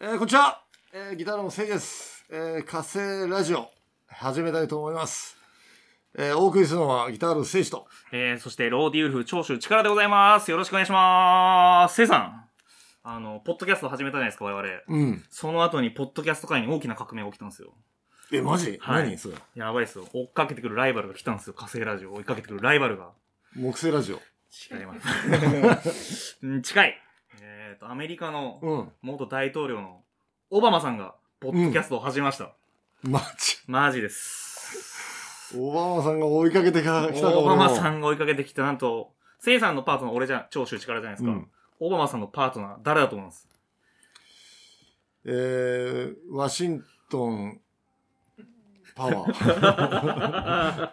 ー、こんにちは、えー、ギターのせいです、えー、火星ラジオ始めたいと思います、えー、お送りするのはギターのせいとえー、そして、ローディウルフ、長州力でございます。よろしくお願いします。せいさん。あの、ポッドキャスト始めたじゃないですか、我々。うんその後に、ポッドキャスト界に大きな革命が起きたんですよ。えマジ、はい何それやばいですよ。追っかけてくるライバルが来たんですよ。火星ラジオを追いかけてくるライバルが。木星ラジオ違います。 うん近い。えっ、ー、と、アメリカのうん元大統領のオバマさんが、ポッドキャストを始めました。マジマジです。オバマさんが追いかけてか来たかオバマさんんが追いかけてきた、なんと、せいさんのパートナー俺じゃん、長州力じゃないですうか。んオバマさんのパートナー、誰だと思いますえー、ワシントンパワー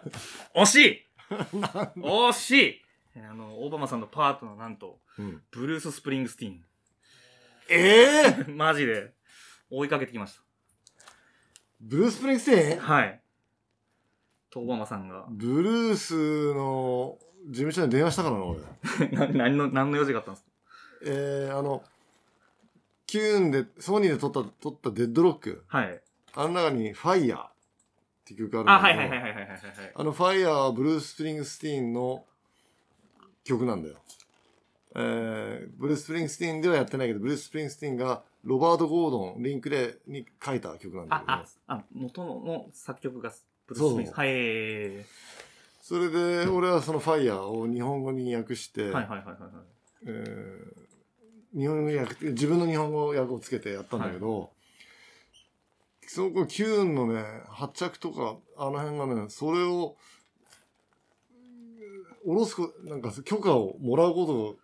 惜しい惜しいえーあの、オバマさんのパートナー、なんと、 うんブルース・スプリングスティーええー、ン。 マジで、追いかけてきましブルース・プリングスティーた。ンはい。と、オバマさんが、 ブルースの事務所に電話したからな俺な何の、何の用事があったんですかえー、あの、キューンで、ソニーで撮った、撮ったデッドロック。はい。あの中にファイヤーって曲あ、あるんだはけいど、はいはいはいはいはいはい。あのファイヤーはブルース・スプリングスティーンの曲なんだよ。えー、ブルース・スプリングスティーンではやってないけど、ブルース・スプリングスティーンがロバート・ゴードン、リンクレーに書いた曲なんだあけど、あ、あ、元のの作曲が、ブルース・そうスプリングス。はいえそれで俺はそのファイヤーを日本語に訳して、ー。はいはいはいはいはい。えー日本語訳自分の日本語訳をつけてやったんだけど、そこキューンのね発着とかあの辺がねそれをうん下ろすこなんか許可をもらうこ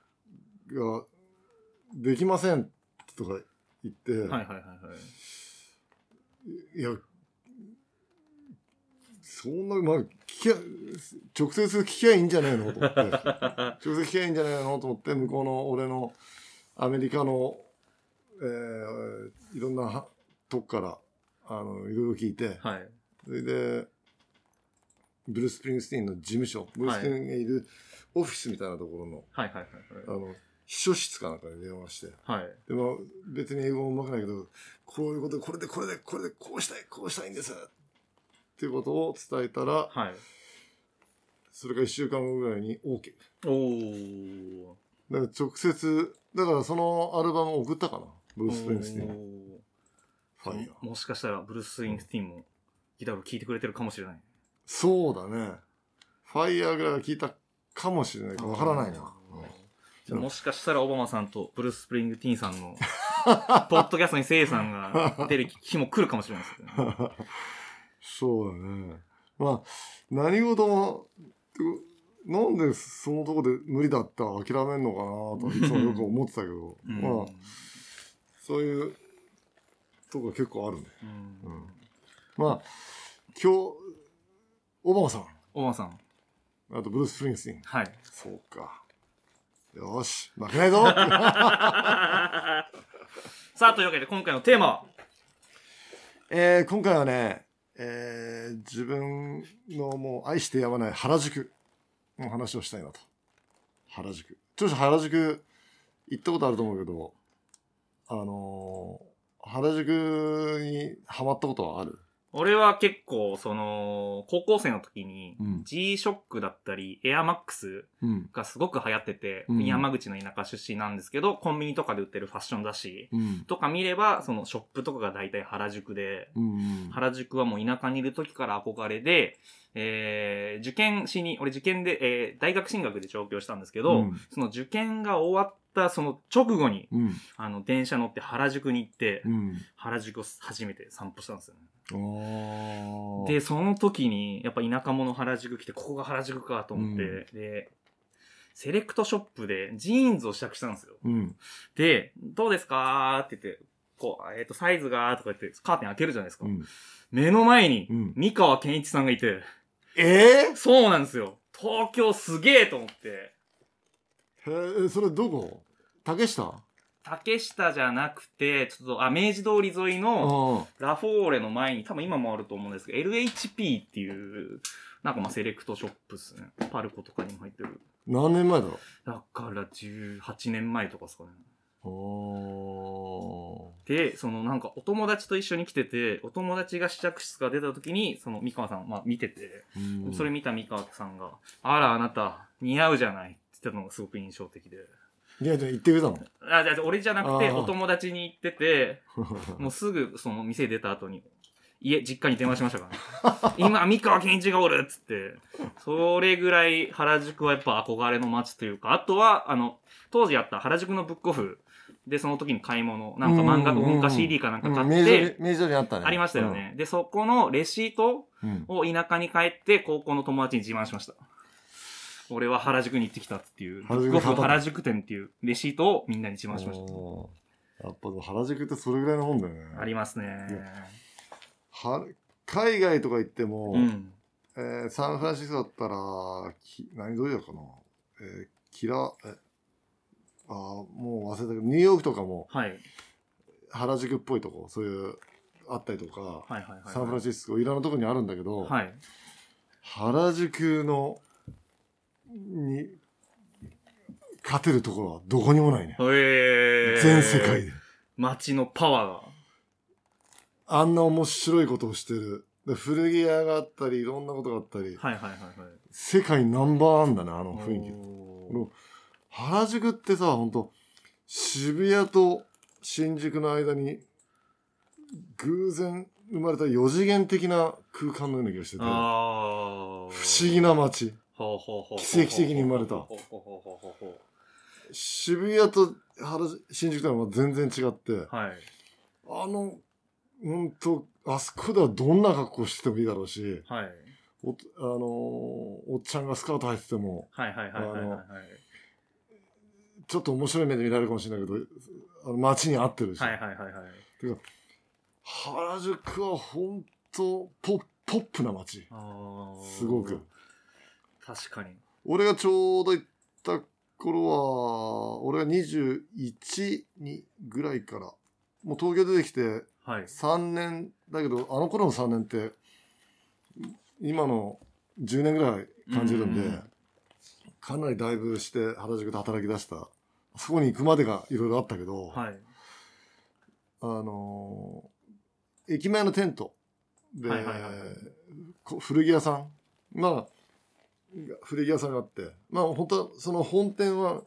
とができませんとか言って、はいはいはいはい。い、やそんな、まあ、聞きゃ、直接聞きゃいいんじゃねえのと思って。直接聞けばいいんじゃないのと思って向こうの俺のアメリカの、えーいろんなはとこからあのいろいろ聞いてはい。それでブルース・スプリングスティーンの事務所ブルース・スプリングスティーンがいるオフィスみたいなところの,、はいはいあの秘書室かなんかに電話してはい。はい。でも別に英語もうまくないけどこういうことこれでこれでこれでこうしたいこうしたいんですっていうことを伝えたらはい。それが1週間後ぐらいに OK おー。だから直接、だからそのアルバムを送ったかな。ブルース・スプリングスティーン。おーファイヤー。もしかしたらブルース・スウィングスティーンもギターを聴いてくれてるかもしれない。そうだね。ファイヤーぐらいは聞いたかもしれないかわからないな。じゃあもしかしたらオバマさんとブルース・スプリングティーン さんのポッドキャストにセイさんが出る日も来るかもしれないですよね。そうだね。まあ、何事も、なんでそのとこで無理だったら諦めんのかなといつもよく思ってたけど、うんまあ、そういうとこが結構あるね。うんうんまあ、今日、オバマさん、オバマさん。あとブルース・スプリングスティーン、はい。 そうか。よし、負けないぞさあ、というわけで今回のテーマは、えー、今回はね、えー、自分のもう愛してやまない原宿の話をしたいなと。原宿。長州原宿行ったことあると思うけど、あのー、原宿にハマったことはある俺は結構、その、高校生の時にうん、 G-SHOCK だったり、AirMax うん。がすごく流行ってて、うん山口の田舎出身なんですけど、コンビニとかで売ってるファッションだし、うん。とか見れば、そのショップとかが大体原宿で、うん。原宿はもう田舎にいる時から憧れで、えー受験しに、俺受験で、えー大学進学で上京したんですけうど、んその受験が終わったその直後に、うん。あの、電車乗って原宿に行って、うん。原宿を初めて散歩したんですよね。おーで、その時に、やっぱ田舎者原宿来て、ここが原宿かと思って、うで、セレクトショップでジーンズを試着したんですよ。うん。で、どうですかーって言って、こう、えっ、と、サイズがーとか言って、カーテン開けるじゃないですか。うん。目の前にうん、三河健一さんがいて、えそうなんですよ。東京すげえと思って、ー、えー、それどこ竹下竹下じゃなくて、ちょっと、あ、明治通り沿いあの、あ。ラフォーレの前に、多分今もあると思うんですけど、LHP っていう、なんかまあセレクトショップですね。パルコとかにも入ってる。何年前だろうだから18年前とかですかね。おで、そのなんかお友達と一緒に来てて、お友達が試着室が出た時に、その三河さん、まあ見てて、ー。それ見た三河さんが、あらあなた、似合うじゃないって言ったのがすごく印象的で。いや、じゃあ言ってくれたの。あ、じゃあ俺じゃなくてあーお友達に行ってて、もうすぐその店出た後に、家、実家に電話しましたからね。 今、三河健一がおるっつって。それぐらい原宿はやっぱ憧れの街というか、あとは、あの、当時やった原宿のブックオフでその時に買い物、なんか漫画とうんうんうん文化 CD かなんかうん買明っ治て、に明治にあったね。ありましたよね。で、そこのレシートうん。うんを田舎に帰って高校の友達に自慢しました。俺は原宿に行ってきたっていう、原宿ブック買っオフたの原宿店っていうレシートをみんなに自慢しました。おーやっぱでも原宿ってそれぐらいのもんだよね。ありますね。は海外とか行っても、うん。えーサンフランシスコだったら、き何どういうかな。えーキラ、えあーもう忘れたけど、ニューヨークとかもはい。原宿っぽいとこ、そういう、あったりとか、はいはいはいはい。サンフランシスコ、いろんなとこにあるんだけど、はい。原宿の、に、勝てるところはどこにもないね。えー、全世界で。街のパワあんな面白いことをしてる。で古着屋があったり、いろんなことがあったりー、が。はいはいはいはい。世界ナンバーワンだね、あの雰囲気。おー原宿ってさ、ほんと、渋谷と新宿の間に、偶然生まれた四次元的な空間のような気がしてて、不思あー。議な街。ほうほうほうほうほう。奇跡的に生まれたほうほうほうほうほうほ渋谷と原宿新宿とは全然違って、うはい。あの、ほんと、あそこではどんな格好しててもいいだろうし、はい。おあのーおっちゃんがスカート履いてても、はいはいはいはいはいはい。ちょっと面白い目で見られるかもしれないけど、あの街に合ってるし、はいはいはいはい。原宿は本当ポッポップな街。あーすごく。確かに。俺がちょうど行った頃は、俺が21にぐらいから、もう東京出てきてはい。 3年、だけど、あの頃の3年って、今の10年ぐらい感じるんで、うんうんうんかなりだいぶして原宿で働き出した。そこに行くまでがいろいろあったけど、はい。あのー駅前のテントで、はいはいはいはいこ古着屋さん、まあ、が古着屋さんがあって、まあ本当はその本店は、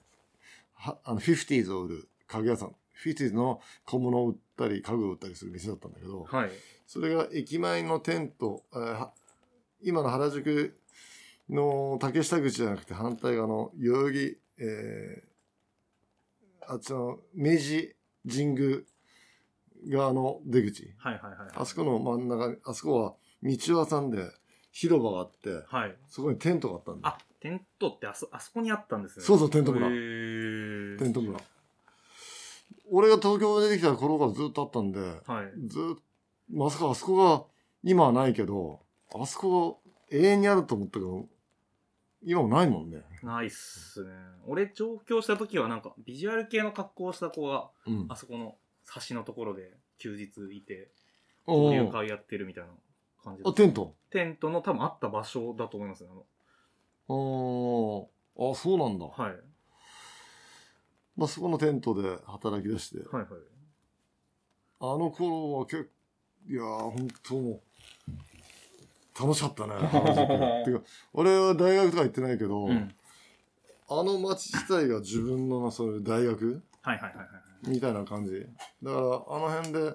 はあの、フィフティーズを売る家具屋さん、フィフティーズの小物を売ったり家具を売ったりする店だったんだけど、はい。それが駅前のテント、えーは今の原宿の竹下口じゃなくて反対側の代々木、えーあっちの明治神宮側の出口。はいはいはいはい。あそこの真ん中に、あそこは道を挟んで広場があって、はい。そこにテントがあったんだよ。あ、テントってあそ、あそこにあったんですね。そうそう、テント村。へーテント村。俺が東京出てきた頃からずっとあったんで、はい。ずっまさかあそこが今はないけどあそこが永遠にあると思ったけど今もないもんね、ないっすね。俺上京した時はなんか、ビジュアル系の格好をした子が、うんあそこの橋のところで休日いて、お交流ー会やってるみたいな感じだあったテントテントの多分あった場所だと思いますね。あのおーあそうなんだ、はい。はいまあ、そこのテントで働き出してはい。あの頃は結いやー本当もう楽しか ったね原宿ていうか俺は大学とか行ってないけど、うん。あの街自体が自分のその大学はいはいはいはい。みたいな感じ。だから、あの辺で、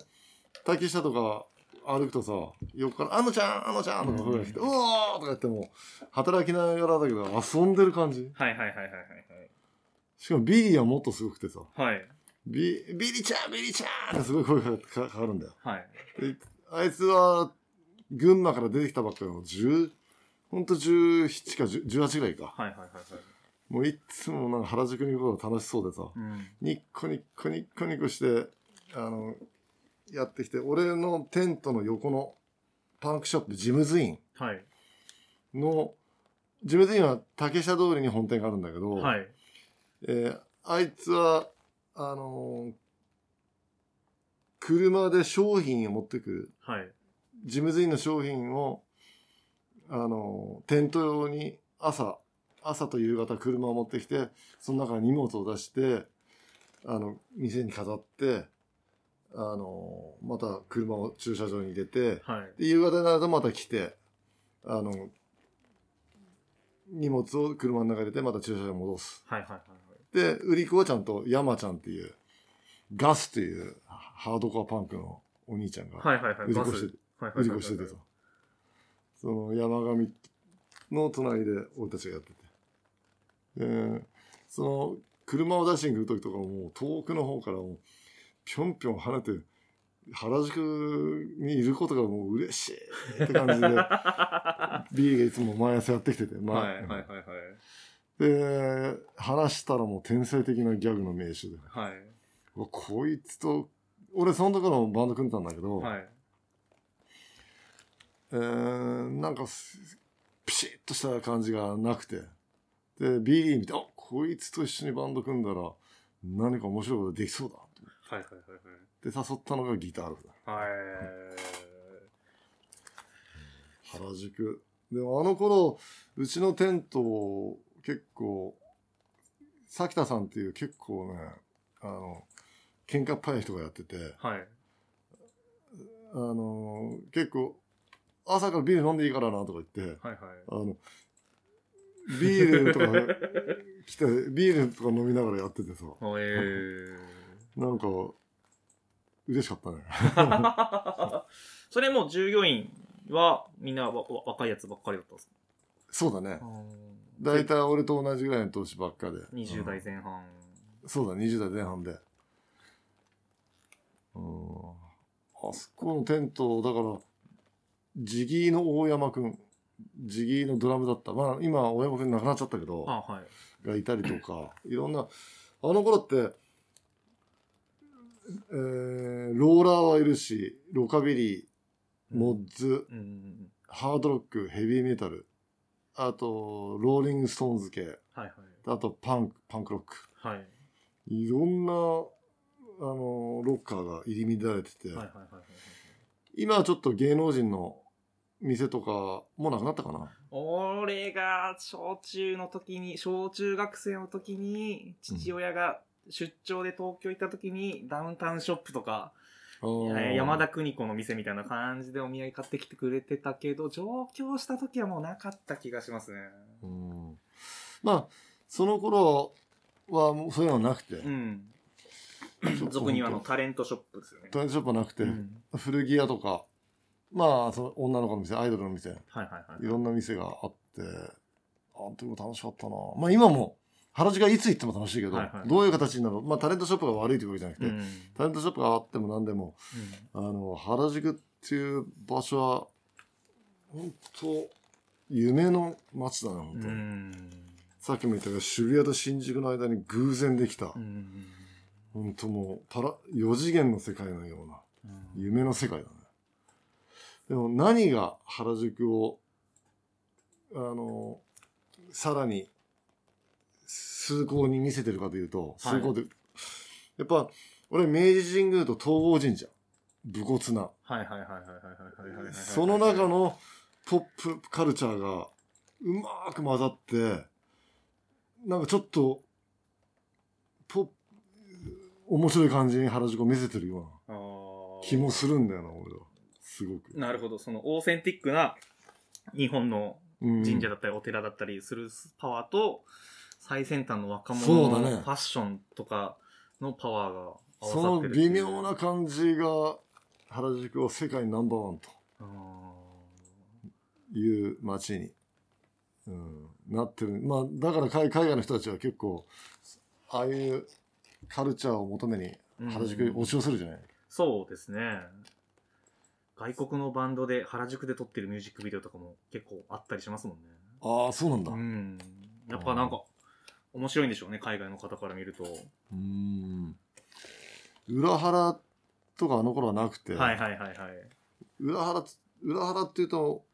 待機したとか歩くとさ、横から、あのちゃん、あのちゃんとか声が来て、うおーとか言っても、働きながらだけど、遊んでる感じ。はいはいはいはいしかも、ビリーはもっとすごくてさ、はい。はい。ビ、ビリちゃん、ビリちゃんってすごい声がかかかるんだよ。はい。であいつは、群馬から出てきたばっかりの10、ほんと17か10 18ぐらいか。はいはいはいはい。もういっつもなんか原宿に行くことが楽しそうでさ、うん。ニッコニッコニッコニッコして、あの、やってきて、俺のテントの横のパンクショップ、ジムズインはい。の、ジムズインは竹下通りに本店があるんだけど、はい。えーあいつは、あのー車で商品を持ってくる、はい。ジムズインの商品を、あのーテント用に朝、朝と夕方車を持ってきて、その中に荷物を出して、あの、店に飾って、あの、また車を駐車場に入れて、はい。で、夕方になるとまた来て、あの、荷物を車の中に入れて、また駐車場に戻す。はいはいはいはい。で、売り子はちゃんと山ちゃんっていう、ガスというハードコアパンクのお兄ちゃんが、はいはいはい。売りバ子スしてて、はい売はいはいりは子いしててと。その山上の隣で俺たちがやってて。で、その車を出しに来る時とかもう遠くの方からもうぴょんぴょん跳ねて、原宿にいることがもう嬉しいって感じ で、ビーがいつも毎朝やってきてて、まあはいはいはいで、話したらもう天才的なギャグの名手で。はい。はい。うわこいつと、俺その時のバンド組んでたんだけど、はい。えーなんかす、ピシッとした感じがなくて。で、ビリー見て、あこいつと一緒にバンド組んだら、何か面白いことできそうだ。はいはいで、誘ったのがギターだ。はいはい。はい。原宿。でもあの頃、うちのテント、結構、咲田さんっていう結構ね、あの、喧嘩っ早い人がやってて、はい。あのー結構、朝からビール飲んでいいからなとか言って、はいはい。あの、ビールとか 来て、ビールとか飲みながらやっててさ、おえなんか、嬉しかったね。ー。それもう従業員はみんなわわ若いやつばっかりだったんですかそうだねあ。ー大体俺と同じぐらいの年ばっかで。 20う代ん前半。そうだ、20代前半で。うん。あそこのテント、だから、ジギーの大山くん、ジギーのドラムだった。まあ、今、大山くん亡くなっちゃったけど、あはい。がいたりと か、いろんな、あの頃って、えーローラーはいるし、ロカビリー、モッズ、うんうんうん。ハードロック、ヘビーメタル、あと、ローリングストーンズ系、はいあとパンク、パンクロック。はい。はい。いろんな、あの、ロッカーが入り乱れてて、はいはいはいはい。今はちょっと芸能人の店とか、もうなくなったかな。俺が小中の時に、小中学生の時に、父親が出張で東京行った時に、ダウンタウンショップとか、あーえー山田邦子の店みたいな感じでお土産買ってきてくれてたけど、上京した時はもうなかった気がしますね。うんまあ、その頃はもうそういうのはなくて、うん。ちょっと俗にはあのタレントショップですよね。トレンドショップはなくて、うん古着屋とか、まあ、その女の子の店、アイドルの店、いはいはいはい。ろんな店があって、あの時も楽しかったなまあ今も、原宿はいつ行っても楽しいけど、はいはいどういう形になるのまあタレントショップが悪いというわけじゃなくて、うん。うんタレントショップがあっても何でも、あの、原宿っていう場所は、本当夢の街だな、本う当に。ん。さっきも言ったけど、渋谷と新宿の間に偶然できた、うん。本当もう、パラ、4次元の世界のような。うん夢の世界だね。でも何が原宿を、あの、さらに、崇高に見せてるかというと、崇高で、やっぱ、俺、明治神宮と東郷神社、武骨な、はいはいはいはいはいはいはいはい。その中、のポップカルチャーがうまーく混ざって、なんかちょっと、ポップ、面白い感じに原宿を見せてるような。あー気もするんだよな、俺は。すごく。なるほど。そのオーセンティックな日本のうん神社だったりお寺だったりするパワーと、最先端の若そ者うだのねファッションとかのパワーがそ合わのさってるっていう。微妙な感じが、原宿を世界ナンバーワンとあー。いう街に、うん、なってる。まあ、だから海海外の人たちは結構、ああいうカルチャーを求めにうん原宿に押し寄せるじゃない、そうですね。外国のバンドで原宿で撮ってるミュージックビデオとかも結構あったりしますもんね。ああ、そうなんだ。う。うんやっぱなんか、面白いんでしょうね、海外の方から見ると。ーん。裏原とかあの頃はなくて、はいはいはいはい。裏原、裏原っていうと、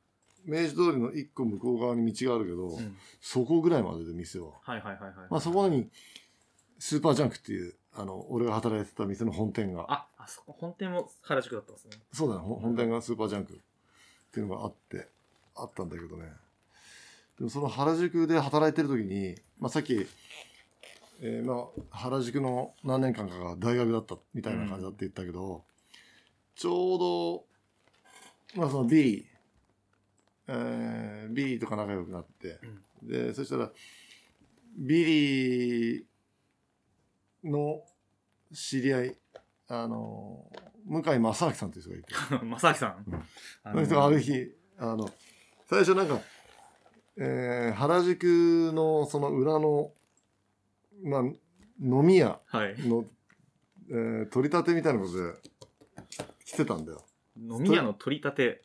明治通りの一個向こう側に道があるけど、うんそこぐらいまでで店は。はいはいはいはい。まあ、そこに、スーパージャンクっていう、あの、俺が働いてた店の本店が、あ、あそこ、本店も原宿だったんですね。そうだね、ほん本店がスーパージャンクっていうのがあって、あったんだけどね。でもその原宿で働いてる時に、まあ、さっき、えーまあ、原宿の何年間かが大学だったみたいな感じだって言ったけど、ちょうど、まあ、その B、えー、B とか仲良くなって、でそしたらビリーの知り合いあの向井正明さんという人がいて 正明さんうん。あその 人がある日、あの、最初なんか、えー原宿のその裏の、まあ、飲み屋はい。の、えー取り立てみたいなことで来てたんだよ。飲み屋の取り立て、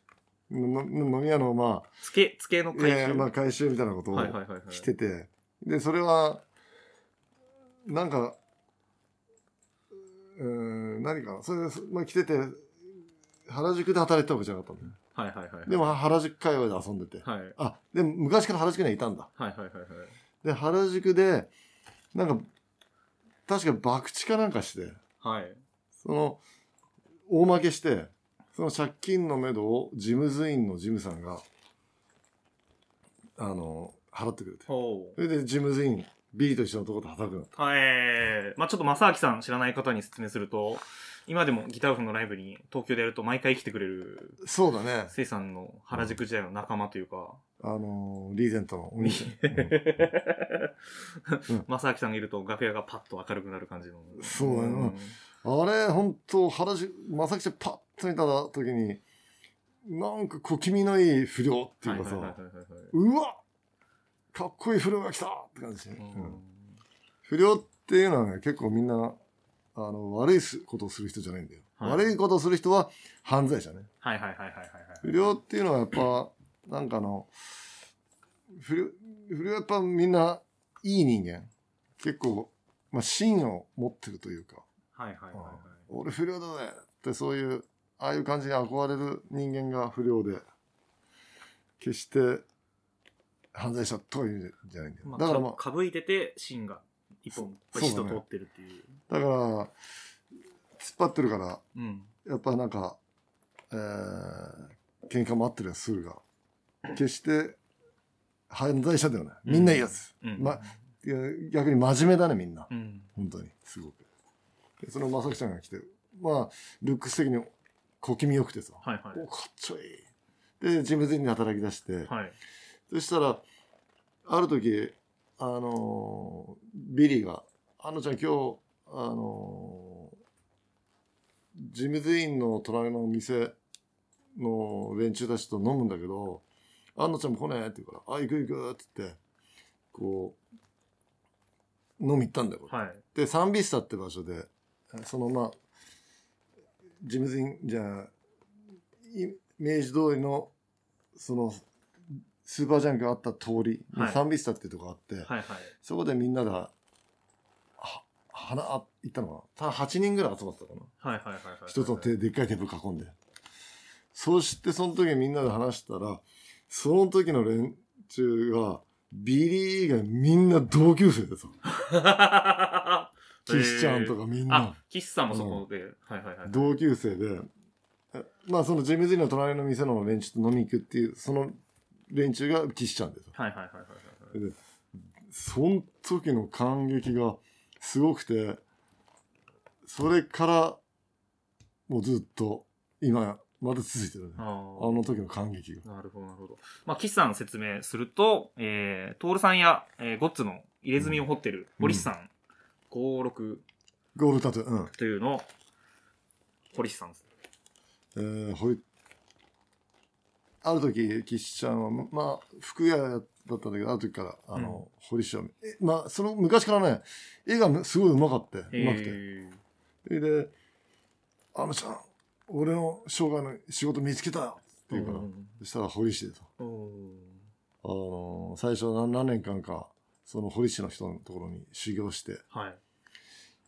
のの飲み屋の、まあ、つけ、つけの回え収。ーまあ、回収みたいなことをはいはいはいはい。来てて、で、それは、なんか、うーん、何かな。それで、まあ、来てて、原宿で働いてたわけじゃなかったんだよ。はいはいはいはい。でも、原宿界隈で遊んでて。はい。はいあ、でも昔から原宿にはいたんだ。はいはいはい。で、原宿で、なんか、確か博打かなんかして、はい。その、大負けして、その借金のめどを事務ズ員の事務さんが、あの、払ってくれて。ほそれで事務ズ員、ビリと一緒のところで叩くの。う。はい。まあちょっと正明さん知らない方に説明すると、今でもギターフのライブに東京でやると毎回来てくれる、そうだね。せいさんの原宿時代の仲間というか、あの、リーゼントのお兄ちゃん。うんん 正明さんがいると楽屋がパッと明るくなる感じの。そうだよなんあれ、本当原宿、まさきちゃんパッと見た時に、なんか小気味のいい不良ってはいいうはいかはいはいはさい、はうわかっこいい不良が来たって感じ、い。うん不良っていうのはね結構みんなあの悪いすことをする人じゃないんだよ、はい悪いことをする人は犯罪者ねはいはいはいはいはいはい。不良っていうのはやっぱなんかあの不良不良はやっぱみんないい人間結構、まあ、芯を持ってるというかはいはいはいはい。俺不良だぜってそういうああいう感じに憧れる人間が不良で決して犯罪者というんじゃないんだよ、まあ、だからまあかかぶいてて芯が一本そバうシッそとうだ通ねってるっていうだから、突っ張ってるから、うんやっぱなんか、えー、喧嘩もあったりはするが、決して犯罪者だよね。みんないいやつ。うんまいや逆に真面目だね、みんな。うん本当に、すごく。でそのまさきちゃんが来て、まあ、ルックス的に小気味よくてさ、はいはお、いかっちょいい。で、事務員に働き出して、はいそしたら、ある時、あのービリーが、あのちゃん今日、あのージムズインの隣のお店の連中たちと飲むんだけど、あのちゃんも来ねえって言うから、あ、行く行くって言って、こう、飲み行ったんだよ、これ。はいで、サンビスタって場所で、そのまあ、ジムズイン、じゃあ、い明治通りの、その、スーパージャンクがあった通り、はいサンビスタっていうとこがあって、はいはいそこでみんなで、は、花、あ行ったのかなた8人ぐらい集まってたかなはいはいはいはいはい一つの手、でっかいテーブル囲んで。そして、その時みんなで話したら、その時の連中が、ビリーがみんな同級生でさ、キシちゃんとかかみんなあ。岸さんもそこではいはいはい同級生で、えまあそのジェームズ・インの隣の店の連中と飲み行くっていう、その連中が岸ちゃんです。はいはいはいはいはいはいその時の感激がすごくて、それからもうずっと今まで続いてるね。ああーの時の感激が。なるほどなるほどまあ岸さんの説明するとえー徹さんやえーゴッツの入れ墨を掘ってる堀市さん56ゴールタトゥー、うん。というのを堀市さんですえー、ほい。ある時、岸ちゃんは、まあ、服屋だったんだけど、ある時から、あの、堀師匠、えまあ、その、昔からね、絵がすごいうまかった。うまくて。えーそれで、あのちゃん、俺の生涯の仕事見つけたよって言うから、んそしたら堀市でさ、うんあのー最初何何年間か、その堀市の人のところに修行して、は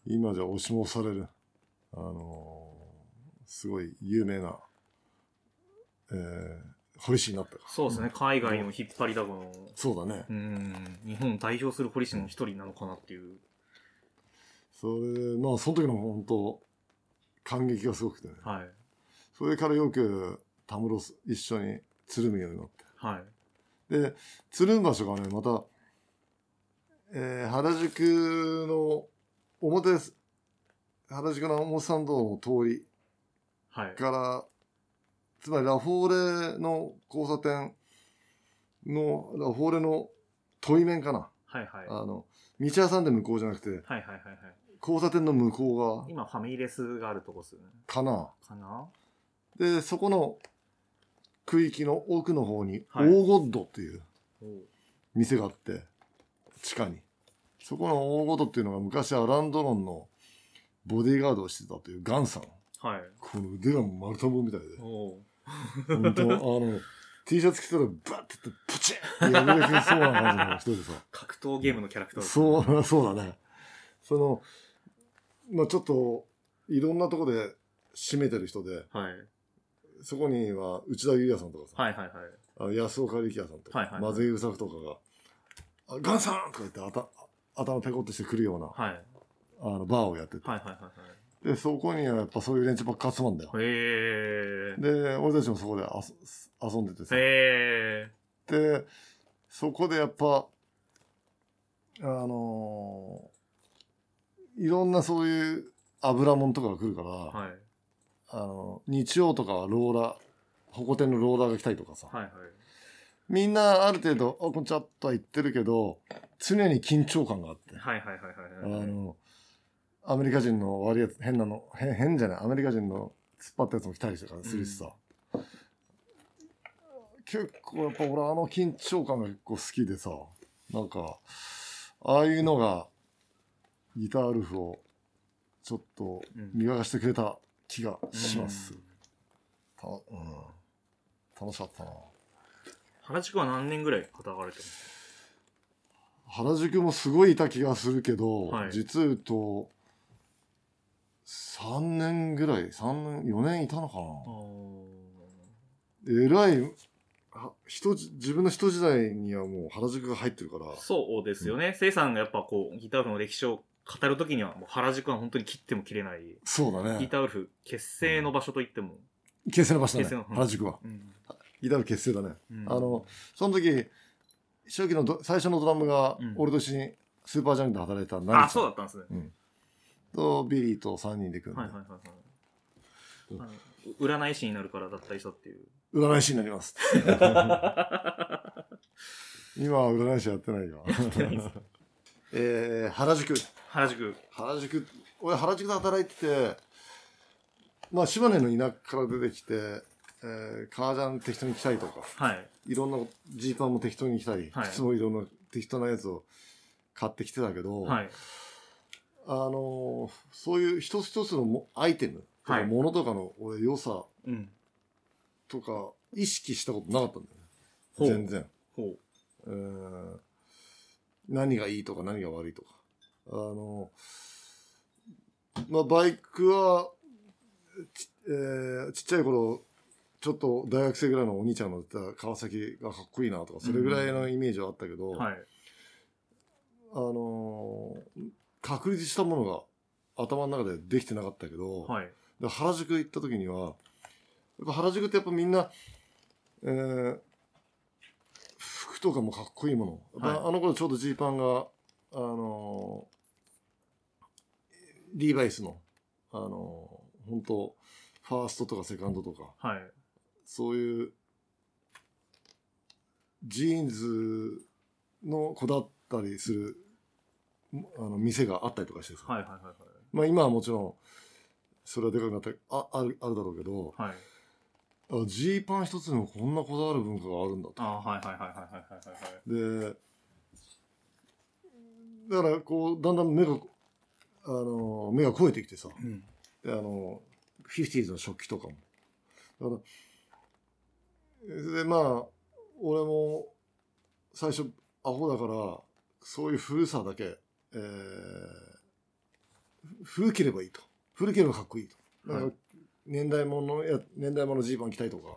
い。今じゃ押しも押される、あのーすごい有名な、えー、堀市になったから。そうですね、海外の引っ張りだこの、そうだね。うん、日本を代表する堀市の一人なのかなっていう。それで、まあ、その時の本当、感激がすごくてね。はい。それからよく、田室す一緒につるむようになって。はい。で、つるん場所がね、また、ええー原宿の表です。原宿の表参道の通りはい。から、つまりラフォーレの交差点の、ラフォーレの問い面かな。はいはい。はいあの、道挟んで向こうじゃなくて、はいはいはい。交差点の向こう側今、ファミレスがあるとこっすよね。かな。かなで、そこの区域の奥の方に、はいオーゴッドっていうおう店があって、地下に。そこのオーゴッドっていうのが昔アランドロンのボディーガードをしてたというガンさん。はい。この腕が丸太棒みたいで。おう本 当あの、T シャツ着てたらバッてって、プチッって破れてそうな感じの人で さ。格闘ゲームのキャラクターですねそう、 そうだね。その、まあちょっと、いろんなとこで締めてる人で、はい。そこには内田裕也さんとかさ、はいはいはい。あの安岡力也さんとか、はいはいはいマゼイウサフとかが、あガンさんとか言って頭頭ペコってしてくるような、はい。あの、バーをやってて。はいはいはいで、そこにはやっぱそういう連中ばっか集まんだよ。はい。へー。で、俺たちもそこで遊遊んでてさ。へー。で、そこでやっぱ、あのーいろんなそういう油もんとかが来るから、はい。あの、日曜とかはローラー、ホコ天のローラーが来たりとかさ。はいはい。みんなある程度、あ、こんちゃっとは言ってるけど、常に緊張感があって。はいはいはいあはいはい。の、アメリカ人の悪いやつ、変なの、変変じゃない、アメリカ人の突っ張ったやつも来たりとかするしさ。結構やっぱ俺あの緊張感が結構好きでさ、なんか、ああいうのが、ギターアルフを、ちょっと、うん磨かしてくれた気がします。うんたうん、楽しかったな。原宿は何年ぐらい働かれてるんです原宿もすごいいた気がするけど、はい実言うと3年ぐらい3年4年いたのかかおなえらいは人じ自分の人時代にはもう原宿が入ってるからーそうですよね。せいさんがやっぱこう、ギターフの歴史を語るときには、もう原宿は本当に切っても切れない。そうだギねターウルフ結成の場所といっても、結成の場所だ結成ねのうん原宿はうんギター部結成だねうんあのその時初期のド最初のドラムがうん俺と一緒にスーパージャンクで働いたナあリさそうんだったんですね、とビリーと3人で組んで、はいはいはいはいうんあのう占い師になるから脱退したっていう占い師になり ます今は占い師やってないよてないですえー、原宿原宿原宿俺原宿で働いててまあ島根の田舎から出てきて、えー、革ジャン適当に着たりとかはいいろんなジーパンも適当に着たり、はい靴もいろんな適当なやつを買ってきてたけど、はいあのーそういう一つ一つのもアイテム、はいものとかの俺良さうんとか意識したことなかったんだよねほう全然ほえー何がいいとか何が悪いとか。あの、まあ、バイクは、ち,、えーちっちゃい頃、ちょっと大学生ぐらいのお兄ちゃんの乗ってた川崎がかっこいいなとか、それぐらいのイメージはあったけど、うはいあのー確立したものが頭の中でできてなかったけど、はいで原宿行った時にはやっぱ原宿ってやっぱみんな、えー服とかもかっこいいもの、やっぱはいあの頃ちょうどジーパンがあのーリーバイスのあのー本当ファーストとかセカンドとかはいそういうジーンズの子だったりするあの店があったりとかしてさ、はいはいはいまあ今はもちろん、それはでかくなったあ、ある、あるだろうけど、はいはいあジーパン一つにもこんなこだわる文化があるんだと。あはいはいはいはいはいはいはいで、だからこう、だんだん目が、あの、目が肥えてきてさ、うんであの、フィフティーズの食器とかも。だから、えそれでまあ、俺も、最初、アホだから、そういう古さだけ、えー、ふ古ければいいと。古ければかっこいいと。だからはい年代物のや、年代物のジーパン着たいとか、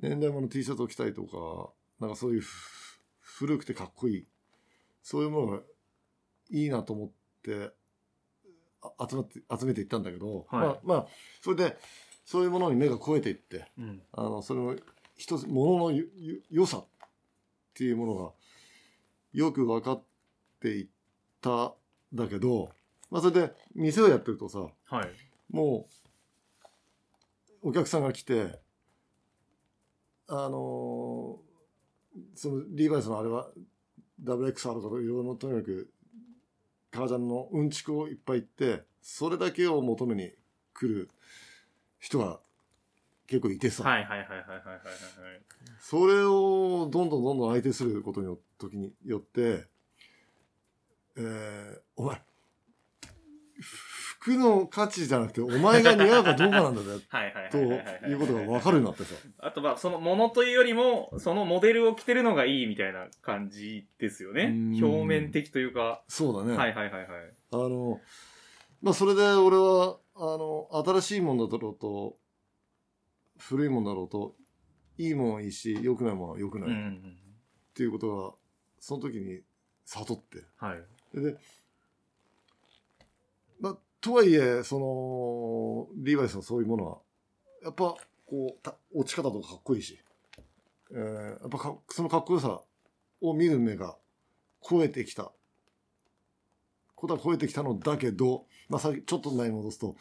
年代物の T シャツを着たいとか、なんかそういうふ古くてかっこいい。そういうものがいいなと思って、あ集まって、集めていったんだけど、はまいあ、まあ、それで、そういうものに目が肥えていって、うんあの、それの一つ、もののよよ良さっていうものがよく分かって、っていったんだけど、まあ、それで店をやってるとさはい。もうお客さんが来てあのーそのリーバイスのあれは WXR とかいろいろとにかく革ジャンのうんちくをいっぱい言ってそれだけを求めに来る人が結構いてさ、はいはいはいはいはいはいはい。、それをどんどんどんどん相手することによ時によって、えー、お前、服の価値じゃなくて、お前が似合うかどうかなんだぜはいはいとはいはいはいいうことが分かるようにな ってさ。あとはそのものというよりもそのモデルを着てるのがいいみたいな感じですよねうん表面的というか、そうだね。はいはいはいはいあの、まあ、それで俺は、あの、新しいもんだろうと、古いもんだろうと、いいもんはいいし、良くないもんは良くない、うんうっんていうことが、その時に悟って、うんはいで、まあ、とはいえ、その、リーバイスのそういうものは、やっぱ、こう、た落ち方とかかっこいいし、えーやっぱか、そのかっこよさを見る目が超えてきた。ことは超えてきたのだけど、まあ、さっきちょっと前に戻すと、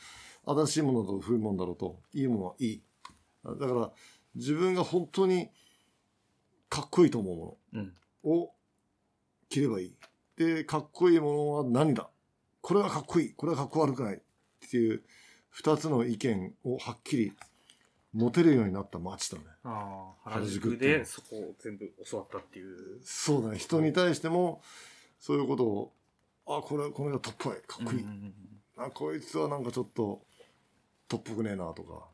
新しいものだと古いものだろうと、いいものはいい。だから、自分が本当にかっこいいと思うもの。うんを着ればいい。で、かっこいいものは何だこれはかっこいい。これはかっこ悪くない。っていう二つの意見をはっきり持てるようになった街だね。ああ原原宿っ宿ていうでそこを全部教わったっていうそうだね。人に対しても、そういうことを、あ、これ、この人トップっぽい。かっこいい。うんうんうんあ、こいつはなんかちょっと、トップくねえなとか。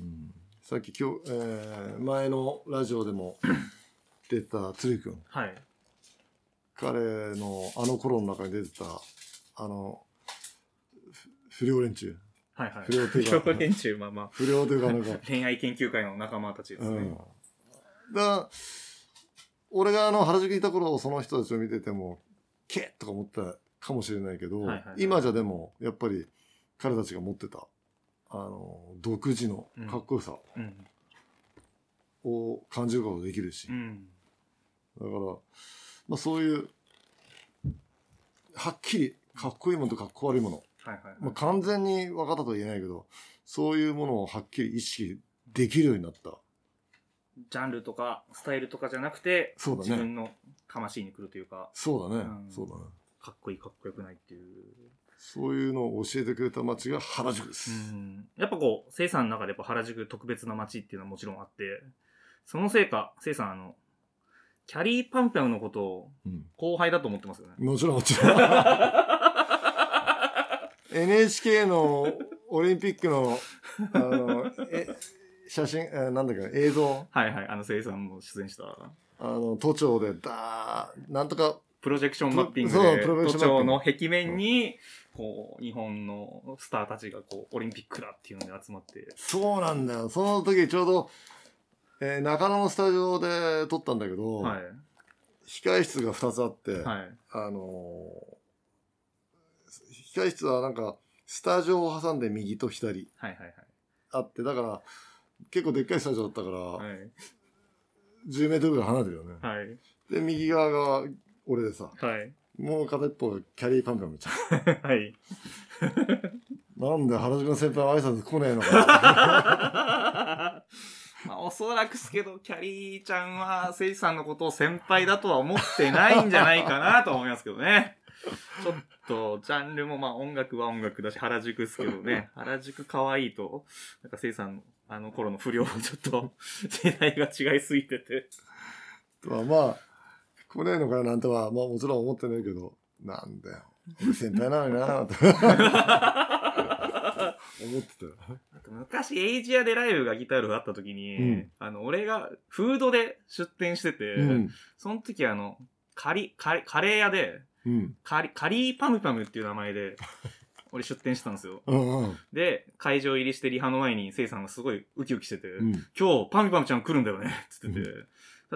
うん、さっき今日、えー前のラジオでも出た鶴くん。はい彼のあの頃の中に出てたあのふ不良連中はいはい不良っていうか不良連中まあまあ不良というかなんか恋愛研究会の仲間たちですうね、んだ俺があの原宿にいた頃その人たちを見ててもけっとか思ったかもしれないけど、はいはいはい今じゃでもやっぱり彼たちが持ってたあの独自のかっこよさうんを感じることができるし、うんだから、まあ、そういうはっきりかっこいいものとかっこ悪いものはいはいはい、まあ、完全に分かったとは言えないけど、そういうものをはっきり意識できるようになった。ジャンルとかスタイルとかじゃなくて、そうだね自分の魂に来るというかそうだね。うんそうだね。かっこいいかっこよくないっていうそういうのを教えてくれた街が原宿です。うんやっぱこう、生産の中でやっぱ原宿特別な街っていうのはもちろんあって、そのせいか、生産あの、キャリーパンパムのことをうん。後輩だと思ってますよね。もちろん、もち ろん。NHK のオリンピックの、あの、え、写真、えなんだっけ、映像、はいはい、あの生産も出演した。あの、都庁で、だー、なんとか、プロジェクションマッピングそうで、プロジェク都ションマッピン庁グの壁面に、こう、日本のスターたちがこう、オリンピックだっていうので集まって、そうなんだよ。その時ちょうど、えー中野のスタジオで撮ったんだけど、は控室が2つあって、い、はい、あのー控室はなんか、スタジオを挟んで右と左はいはいあって、だから、結構でっかいスタジオだったから、はい、 10メートルぐらい離れてるよね。はい、はい、で、右側が俺でさ、はい、もう片一方がキャリーパンパンみたいはい。な。なんで原宿の先輩は挨拶来ねえのか。まあ、おそらくですけど、キャリーちゃんは、せいさんのことを先輩だとは思ってないんじゃないかなと思いますけどね。ちょっと、ジャンルも、まあ、音楽は音楽だし、原宿ですけどね。原宿可愛いと、なんかせいさんの、あの頃の不良はちょっと、世代が違いすぎてて。 とはまあ、来ねえのかなんとは、まあもちろん思ってないけど、なんだよ。俺先輩なのに なって思ってたよ。昔、エイジアでライブがギタールあった時に、うんあの、俺がフードで出店してて、うん。その時あの、カリ、カリカレー屋で、うん。カリ、カリーパムパムっていう名前 で、俺出店してたんですよ。うんうん。で、会場入りしてリハの前に、せいさんがすごいウキウキしてて、うん。今日、パムパムちゃん来るんだよね、つってて、うんで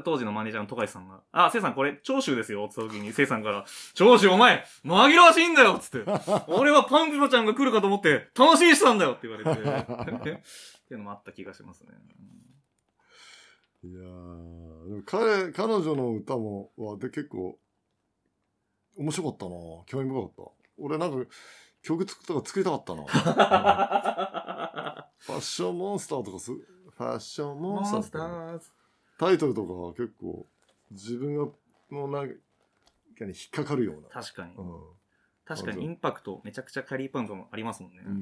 当時のマネージャーのトカイさんが、あ、せいさんこれ、長州ですよ、つった時に、せいさんから、長州お前、紛らわしいんだよつ って、俺はパムパムちゃんが来るかと思って、楽しみにしてたんだよって言 われて、っていうのもあった気がしますね。いやーでも彼彼女の歌もはで結構面白かったな興味深かった俺なんか曲作ったか作りたかったな、 うんファッションモンスターとかすファッションモンスターとかーズ。タイトルとかは結構自分がのなんかに引っかかるような確かにう。ん、確かにインパクト、めちゃくちゃキャリーパンプもありますもんね。うん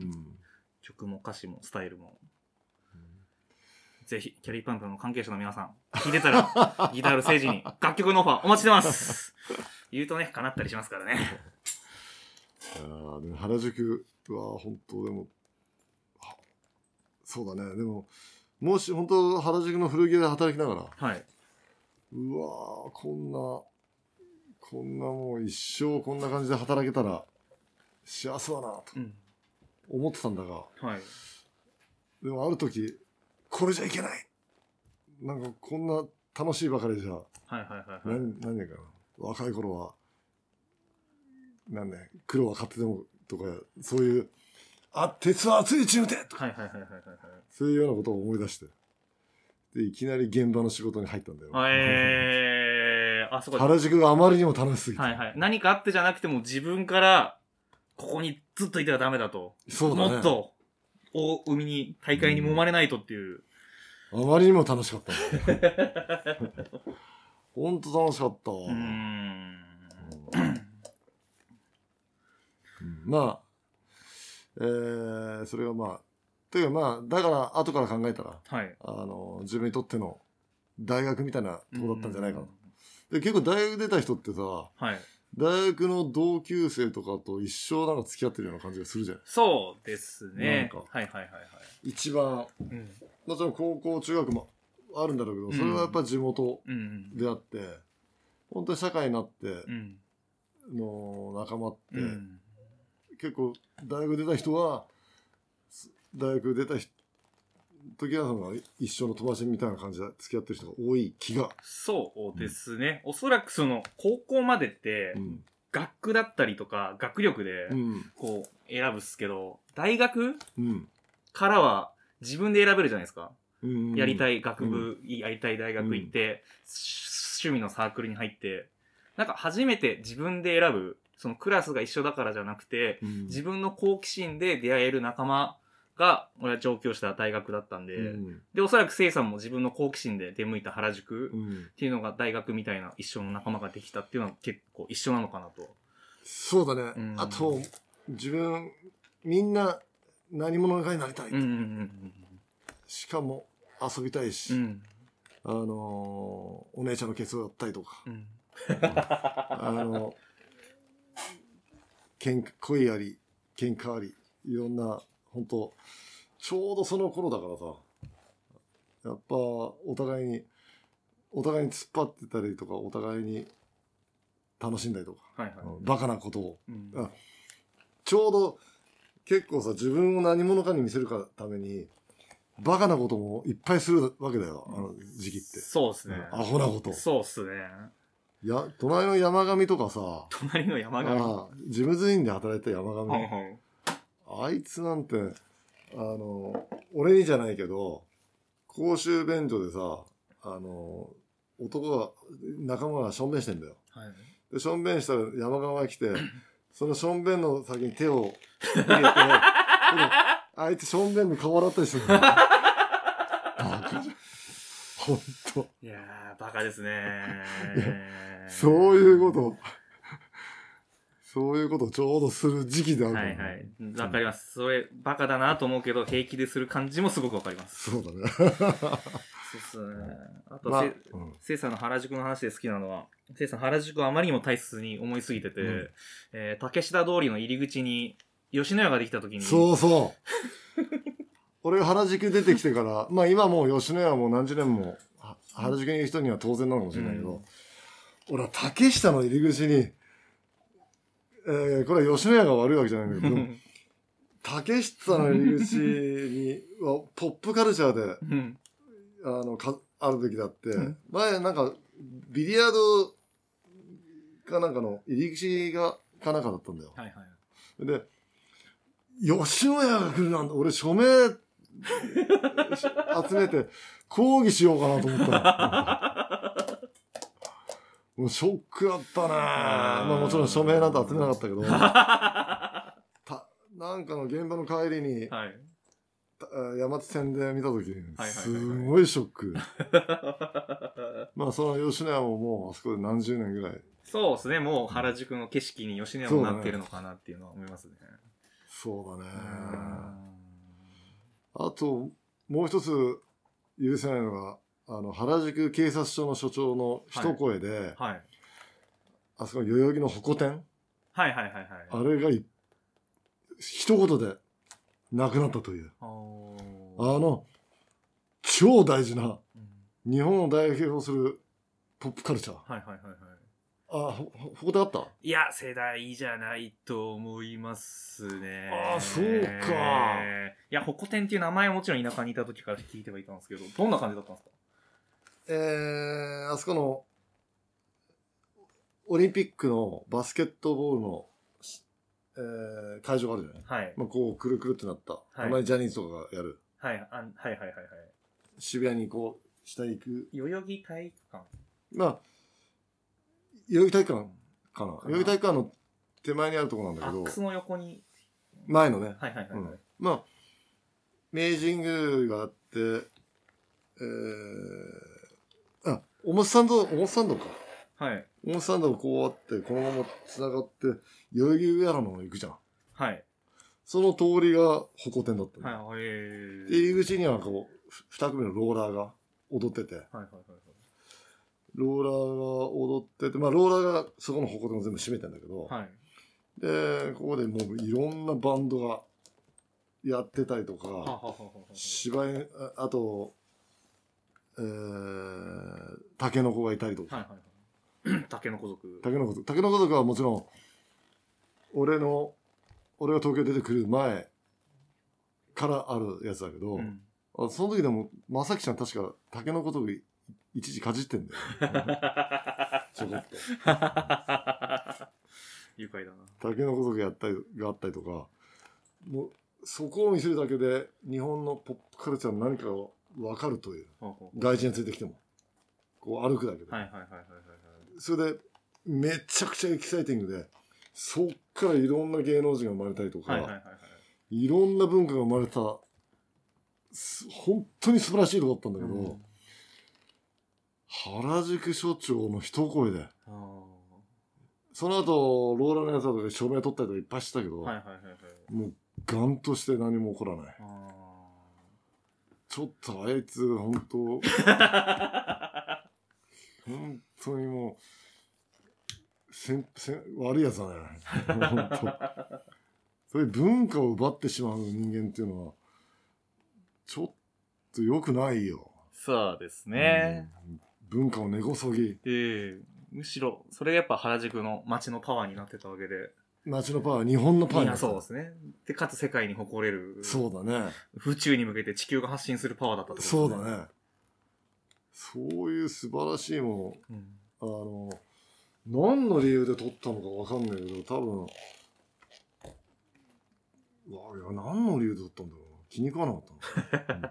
曲も歌詞もスタイルも。ぜひ、キャリーパンプの関係者の皆さん、聞いて たら、ギタール政治に楽曲のオファーお待ちしてます言うとね、叶ったりしますからね。いやーでも原宿は本当でもあそうだねでももし本当原宿の古着屋で働きながらはい。うわーこんなこんなもう一生こんな感じで働けたら幸せだなとうん。思ってたんだがはい。でもある時これじゃいけないなんかこんな楽しいばかりじゃはいはいはいはい。何何年かな若い頃は何年苦労は買ってでもとかそういうあ鉄は熱いうちに打てとかはいはいはいはいそういうようなことを思い出してでいきなり現場の仕事に入ったんだよ、はい。えー、あ、そこ原宿があまりにも楽しすぎて、はいはい。何かあってじゃなくても自分から、ここにずっといてはダメだと。そうだねもっと、大海に、大会に揉まれないとっていう。あまりにも楽しかったんだよ ほんと楽しかったわ、うーん。うんまあ、えー、それがまあ、というかまあ、だから後から考えたら、はい。あの、自分にとっての大学みたいなとこだったんじゃないかな。で、結構大学出た人ってさ、はい。大学の同級生とかと一生なんか付き合ってるような感じがするじゃないそうですね。なんはかいはいはいはい。一番、うん。もちろん高校、中学もあるんだろうけど、それはやっぱ地元うん。であって、本当に社会になってうん。の仲間って、うん。結構大学出た人はす大学出た人時はその一生の飛ばしみたいな感じで付き合ってる人が多い気が、そうですね。おそらくその、高校までってう、ん学区だったりとか、学力でう、んこう、選ぶっすけど、大学うんからは自分で選べるじゃないですか。うん、やりたい、い学部、やりたい大学行って、し趣味のサークルに入って、なんか初めて自分で選ぶ、そのクラスが一緒だからじゃなくて、うん、自分の好奇心で出会える仲間が、俺は上京した大学だったんで、うんで、おそらく聖さんも自分の好奇心で出向いた原宿うっん、ていうのが大学みたいな一緒の仲間ができたっていうのは結構一緒なのかなと。そうだね、うんあと自分みんな何者かになりたい、うんうんしかも遊びたいし、うんうん。うん。あのーお姉ちゃんのケツだったりとか、うん。あの、喧嘩恋あり、喧嘩あり、いろんな、本当ちょうどその頃だからさ、やっぱ、お互いに、お互いに突っ張ってたりとか、お互いに楽しんだりとか、はいはい。バカなことを。うんあちょうど、結構さ、自分を何者かに見せるかために、バカなこともいっぱいするわけだよ、あの時期って。そうですね。アホなこと。そうっすね。や、隣の山上とかさ、隣の山が。ああジムズインで働いてた山はい上、はい。あいつなんてあの俺にじゃないけど公衆便所でさあの男が仲間がしょんべんしてんだよはい。でしょんべんしたら山上が来 てそのしょんべんの先に手を入れてでもあいつしょんべんの顔洗ったりするんだ よバカじゃんほんといやー、バカですねいー。 そういうことをそういうことをちょうどする時期であるはいはい。わかります。それ、バカだなと思うけど、平気でする感じもすごくわかります。そうだねそうっすね。あと、まあ、せせいさんの原宿の話で好きなのは、せいさん原宿をあまりにも大切に思いすぎてて、うんえー竹下通りの入り口に、吉野家ができた時に、そうそう。俺が原宿出てきてから、まあ今もう吉野家はもう何十年もは原宿にいる人には当然なのかもしれないけど、うん俺は竹下の入り口に、えーこれは吉野家が悪いわけじゃないんだ けど、でも竹下の入り口にはポップカルチャーでうんあのかあるべきだって、うん前なんかビリヤードかなんかの入り口がかなんかだったんだよ。 はいはい。で、吉野家が来るなんて、俺署名 し集めて抗議しようかなと思ったの。 もうショックだったね。あーまあもちろん署名なんて集めなかったけど、たなんかの現場の帰りに、はい。 た山手線で見たときはいはいすごいショック。まあその吉野家ももうあそこで何十年ぐらい、そうですね、もう原宿の景色に吉野家もなってるのかなっていうのは思いますね。そうだねう。んあと、もう一つ許せないのが、あの、原宿警察署の署長の一声で、はい。あそこの代々木の矛店はいはいはいはい。あれがい一言でなくなったという。あーあの、超大事なうん日本を代表するポップカルチャー。はいはいはいはい。あ、ほ、ほこであったいや、世代じゃないと思いますね。あーそうかいや、ホコ天っていう名前はもちろん田舎にいた時から聞いてはいたんですけど、どんな感じだったんですかえー、あそこの、オリンピックのバスケットボールのし、えー会場があるじゃないはい。まあ、こう、くるくるってなった。いあまりジャニーズとかがやる。はい、あんはいはいはいはい。渋谷にこう、下行く。代々木体育館。まあ、代々木体育館かな。代々木体育館の手前にあるところなんだアけどック、スの横に。前のね。はいはいはいはうい。んまあ、明治神宮があって、えー、あ、表参道、表参道か。はい。表参道こうあって、このまま繋がって、代々木上原の方行くじゃん。はい。その通りが歩行店だったの、はい。えで、入り口にはこう、ふ二組のローラーが踊ってて、はいはいはいローラーが踊ってて、まあローラーがそこの歩行店を全部閉めてんだけど、はい。はい。で、ここでもういろんなバンドがやってたりとか、ははははは芝居ああとえー、タケノコがいたりとか、はいはい はい。竹の子族。タケノコ族タケノコ族はもちろん俺の俺が東京出てくる前からあるやつだけど、うん あその時でも正樹ちゃん確かタケノコ族い一時かじってんだ よちょこっと愉快だな。タケノコ族やったりがあったりとかもうそこを見せるだけで日本のポップカルチャーの何かが分かるというほうほう外人が連れてきてもこう歩くだけで、はいはいはいはいはいそれでめちゃくちゃエキサイティングでそっからいろんな芸能人が生まれたりとか、はい。はいいはいはいはい。ろんな文化が生まれたす本当に素晴らしいとこだったんだけど、うん原宿署長の一声であーその後ローラーのやつらとかで署名取ったりとかいっぱいしてたけど、はいはいはいはい。もうガンとして何も起こらないあちょっとあいつ本当本当にもうせんせん悪いやつだね本当そういう文化を奪ってしまう人間っていうのはちょっと良くないよ、ーそうですね。うん文化を根こそぎええ。むしろ、それがやっぱ原宿の街のパワーになってたわけで。街のパワー日本のパワーいになやってそうるですね。で、かつ世界に誇れる。そうだね宇宙に向けて地球が発信するパワーだったってことそうだ。ねそういう素晴らしいものうんあの、何の理由で取ったのかわかんないけど、多分、うわいや、何の理由で取ったんだろうな。気に食わなかった の。ほんと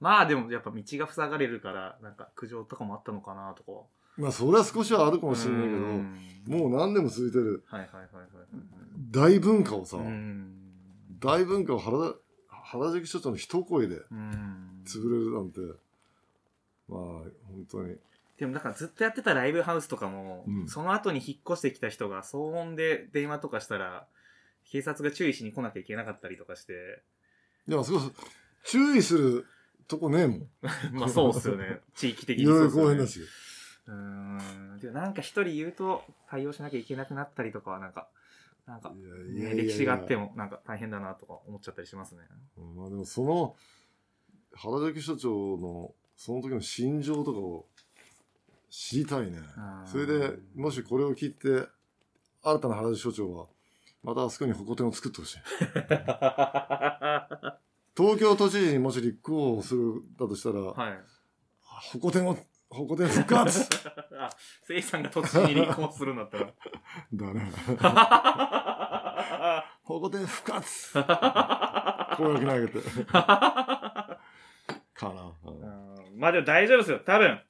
まあでもやっぱ道が塞がれるから、なんか苦情とかもあったのかなとか。まあ、それは少しはあるかもしれないうけんど、もう何でも続いてるはいはいはいはい大文化をさ、はい。うん。大文化を原田原宿署長の一声でうん。潰れるなんて、まあ、本当に。でもなんかずっとやってたライブハウスとかも、うんその後に引っ越してきた人が騒音で電話とかしたら、警察が注意しに来なきゃいけなかったりと かして、いや、すごい、注意するとこねえもん。まあそうっすよね。地域的いにそうろいっろすよ公ね園だし。うーん。でもなんか一人言うと対応しなきゃいけなくなったりとかはなんか、なんか、いやいやいやいや歴史があってもなんか大変だなとか思っちゃったりしますね。うんまあでもその原宿署長のその時の心情とかを知りたいねあーそれ でもしこれを聞いて新たな原宿署長はまたあそこに矛店を作ってほしいは東京都知事にもし立候補するだとしたら、い。矛店を矛店復活あ、せいさんが土地に立候補するんだっただねら。矛店復活公約投げてかな、うんうんまあでも大丈夫ですよ。多分、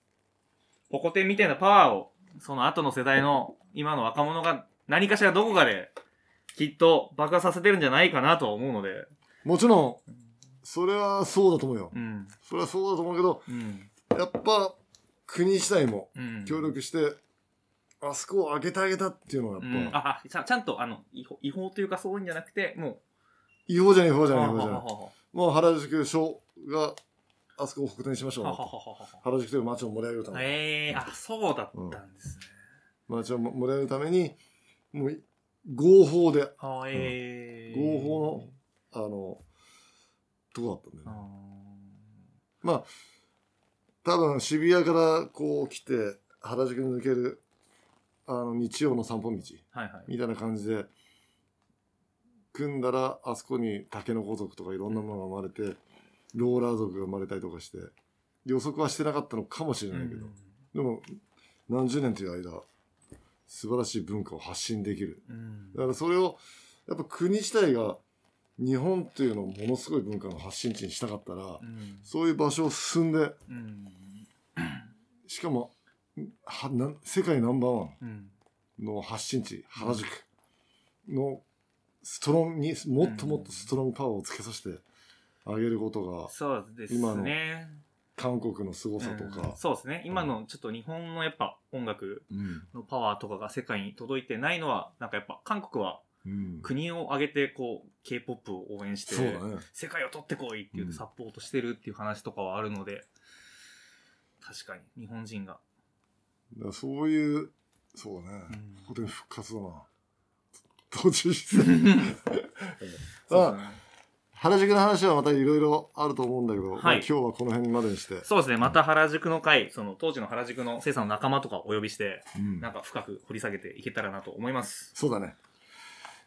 ポコテンみたいなパワーをその後の世代の今の若者が何かしらどこかできっと爆破させてるんじゃないかなとは思うので。もちろん、それはそうだと思うよ。うん。それはそうだと思うけど、うん。やっぱ、国自体もうん。協力して、あそこを上げてあげたっていうのがうやんっ、ぱ、ああちゃんちゃんとあの違法違法というかそういうんじゃなくても違法じゃない、違法うじゃない、違は法じゃはな。はいはもう原宿署が、あそこを北点にしましょうははよはと。はは原宿という街を盛り上げるために。ええあそうだったんですね、街を盛り上げるために、もう、合法で、あえ合え法の、あの、とこだったんだよね。多分渋谷からこう来て原宿に抜けるあの日曜の散歩道あーはいはいみたいな感じで組んだらあそこに竹の子族とかいろんなものが生まれてローラー族が生まれたりとかして予測はしてなかったのかもしれないけど、でも何十年という間素晴らしい文化を発信できるうんだからそれをやっぱ国自体が日本っていうのをものすごい文化の発信地にしたかったらうんそういう場所を進んでうんしかもはなん世界ナンバーワうんンの発信地原宿のストロングにもっともっとストロングパワーをつけさせてあげることがそうです今のね韓国の凄さとうかん、そうですね今のちょっと日本のやっぱ音楽うんのパワーとかが世界に届いてないのはなんかやっぱ韓国はうん国を挙げてこう k p o p を応援してそうだね世界を取ってこいっていううんサポートしてるっていう話とかはあるので、確かに日本人が、だからそういうそうだね、うん本当に復活だな途中して そうですね原宿の話はまたいろいろあると思うんだけど、はいまあ今日はこの辺までにして、そうですねまた原宿の会その当時の原宿の生産の仲間とかをお呼びしてうんなんか深く掘り下げていけたらなと思いますそうだね。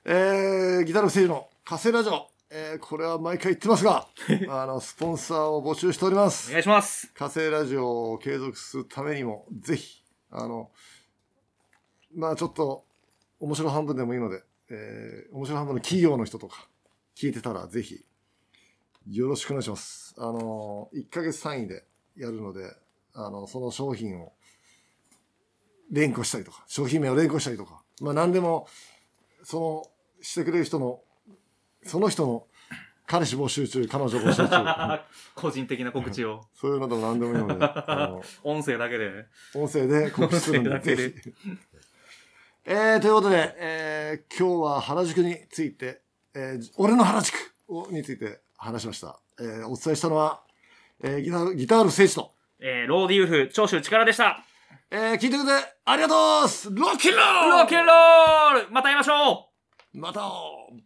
えー、ギターの聖の火星ラジオ。えー、これは毎回言ってます が、あの、スポンサーを募集しておりまおす。願いします火星ラジオを継続するためにも、ぜひ、あの、まあちょっと、面白半分でもいいので、えー、面白半分の企業の人とか、聞いてたら、ぜひ、よろしくお願いします。あの、1ヶ月単位でやるので、あの、その商品を、連呼したりとか、商品名を連呼したりとか、まあ何でも、その、してくれる人の、その人の、彼氏募集中、彼女募集 中、個人的な告知をそういうのでも何でもいいので、あの、音声だけで音声で告知するんで、音声だぜけでひ。えー、ということで、えー、今日は原宿について、えー、俺の原宿をについて話しました。えー、お伝えしたのは、えー、ギターギタール聖地と、えー、ローディウルフ長州力でしたえー、聞いてくれてありがとうっすロッキンロールロッキンロールまた会いましょうまた会おう